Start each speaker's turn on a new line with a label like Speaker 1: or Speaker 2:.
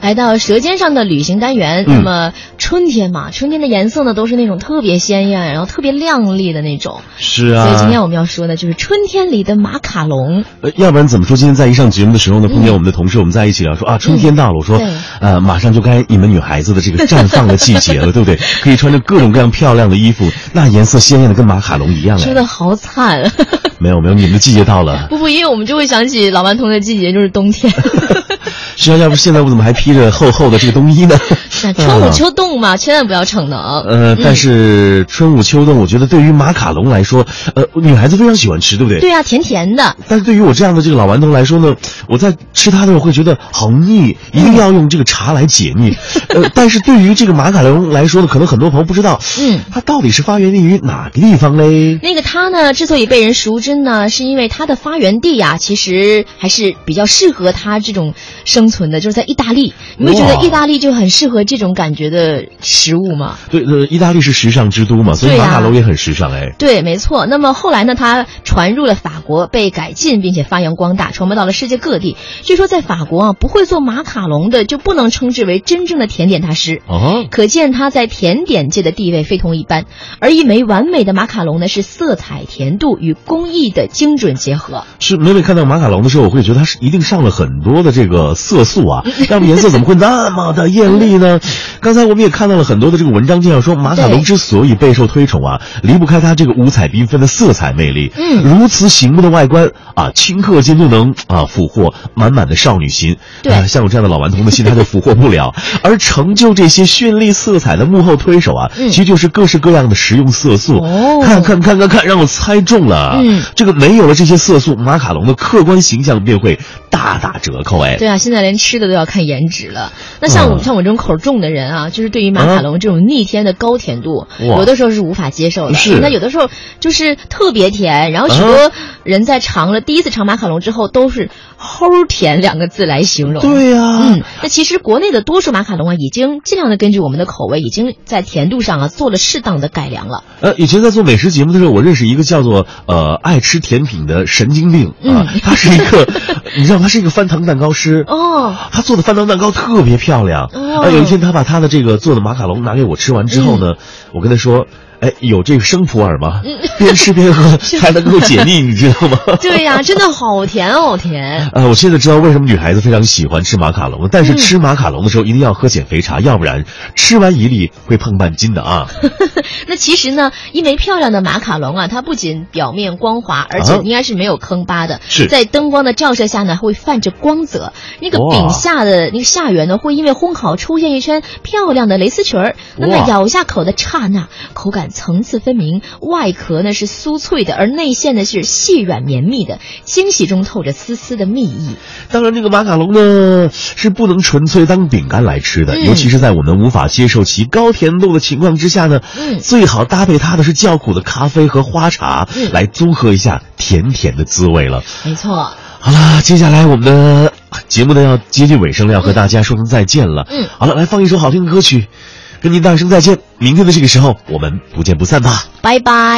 Speaker 1: 来到《舌尖上的旅行》单元。那么春天嘛，春天的颜色呢都是那种特别鲜艳，然后特别亮丽的那种。
Speaker 2: 是啊。
Speaker 1: 所以今天我们要说的就是春天里的马卡龙。
Speaker 2: 呃，要不然怎么说？今天在一上节目的时候呢，碰见我们的同事，我们在一起聊说啊，春天到了，我
Speaker 1: 嗯
Speaker 2: 说
Speaker 1: 对，
Speaker 2: 呃，马上就该你们女孩子的这个绽放的季节了，对 不对？可以穿着各种各样漂亮的衣服，那颜色鲜艳的跟马卡龙一样
Speaker 1: 说
Speaker 2: 哎。
Speaker 1: 的好惨，
Speaker 2: 没有没有，你们的季节到了。
Speaker 1: 不不，因为我们就会想起老顽童的季节就是冬天。
Speaker 2: 实际上，要不现在我怎么还披着厚厚的这个冬衣呢？ 嗯
Speaker 1: 那啊春捂秋嗯冻嘛，千万不要逞能。
Speaker 2: 呃，但是春捂秋冻，我觉得对于马卡龙来说，呃，女孩子非常喜欢吃，对不对？
Speaker 1: 对啊，甜甜的。
Speaker 2: 但是对于我这样的这个老顽童来说呢，我在吃它的时候会觉得好腻，
Speaker 1: 嗯
Speaker 2: 一定要用这个茶来解 腻。呃，但是对于这个马卡龙来说呢，可能很多朋友不知道，
Speaker 1: 嗯，
Speaker 2: 它到底是发源地于哪个地方嘞？
Speaker 1: 那个它呢，之所以被人熟知呢，是因为它的发源地呀、其实还是比较适合它这种生存的，就是在意大利。你会觉得
Speaker 2: 哇
Speaker 1: 意大利就很适合这种感觉的食物吗？
Speaker 2: 对，呃，意大利是时尚之都嘛，所以
Speaker 1: 对呀
Speaker 2: 马卡龙也很时尚哎。
Speaker 1: 对，没错。那么后来呢，它传入了法国，被改进并且发扬光大，传播到了世界各地。据说在法国啊，不会做马卡龙的就不能称之为真正的甜点大师。
Speaker 2: 哦，
Speaker 1: 可见它在甜点界的地位非同一般，而一枚完美的马卡龙呢，是色彩、甜度与工艺的精准结合。
Speaker 2: 是每每看到马卡龙的时候，我会觉得它是一定上了很多的这个色素 啊，要不颜色怎么会那么的艳丽呢？刚才我们也看到了很多的这个文章介绍说，马卡龙
Speaker 1: 对
Speaker 2: 之所以备受推崇啊，离不开它这个五彩缤纷的色彩魅力。
Speaker 1: 嗯
Speaker 2: 如此醒目的外观啊，顷刻间就能啊俘获满满的少女心。
Speaker 1: 对
Speaker 2: 啊像我这样的老顽童的心，他就俘获 不了。而成就这些绚丽色彩的幕后推手啊，
Speaker 1: 嗯
Speaker 2: 其实就是各式各样的食用色素。
Speaker 1: 哦
Speaker 2: 看看看看看，让我猜中了。啊
Speaker 1: 嗯
Speaker 2: 这个没有了这些色素，马卡龙的客观形象便会大打折扣。哎，
Speaker 1: 对啊，现在连吃的都要看颜值了。那像我、
Speaker 2: 嗯
Speaker 1: 像我这种口重的人啊，就是对于马卡龙这种逆天的高甜度，
Speaker 2: 哇
Speaker 1: 有的时候是无法接受的。
Speaker 2: 是嗯
Speaker 1: 那有的时候就是特别甜，然后许多人在尝了、第一次尝马卡龙之后，都是“齁甜”两个字来形容。
Speaker 2: 对啊呀、
Speaker 1: 嗯，那其实国内的多数马卡龙啊，已经尽量的根据我们的口味，已经在甜度上啊做了适当的改 良了。
Speaker 2: 呃，以前在做美食节目的时候，我认识一个叫做呃爱吃甜品的神经病啊，
Speaker 1: 嗯
Speaker 2: 他是一个， 你知道他是一个翻糖蛋糕师
Speaker 1: 哦，
Speaker 2: 他做的翻糖蛋糕特别漂亮。
Speaker 1: 哦嗯
Speaker 2: 呃有一天他把他的这个做的马卡龙拿给我吃完之后呢，我跟他说。哎，有这个生普洱吗？边吃边喝 还能够解腻，你知道吗？
Speaker 1: 对呀、真的好甜，好甜。
Speaker 2: 呃，我现在知道为什么女孩子非常喜欢吃马卡龙了，
Speaker 1: 嗯
Speaker 2: 但是吃马卡龙的时候一定要喝减肥茶，要不然吃完一粒会胖半斤的啊。
Speaker 1: 那其实呢，一枚漂亮的马卡龙啊，它不仅表面光滑，而且
Speaker 2: 啊
Speaker 1: 应该是没有坑疤的。
Speaker 2: 是
Speaker 1: 在灯光的照射下呢，会泛着光泽。那个
Speaker 2: 哇
Speaker 1: 饼下的那个下缘呢，会因为烘烤出现一圈漂亮的蕾丝裙儿。那
Speaker 2: 哇
Speaker 1: 么咬下口的刹那，口感层次分明，外壳呢是酥脆的，而内馅呢是细软绵密的，惊喜中透着丝丝的蜜意。
Speaker 2: 当然，这个马卡龙呢是不能纯粹当饼干来吃的，
Speaker 1: 嗯
Speaker 2: 尤其是在我们无法接受其高甜度的情况之下呢，
Speaker 1: 嗯
Speaker 2: 最好搭配它的是较苦的咖啡和花茶，
Speaker 1: 嗯
Speaker 2: 来综合一下甜甜的滋味了。
Speaker 1: 没错，
Speaker 2: 好啦，接下来我们的节目呢要接近尾声了，要和大家说声再见了。
Speaker 1: 嗯
Speaker 2: 好了，来放一首好听的歌曲，跟您道一声再见。明天的这个时候，我们不见不散吧。
Speaker 1: 拜拜。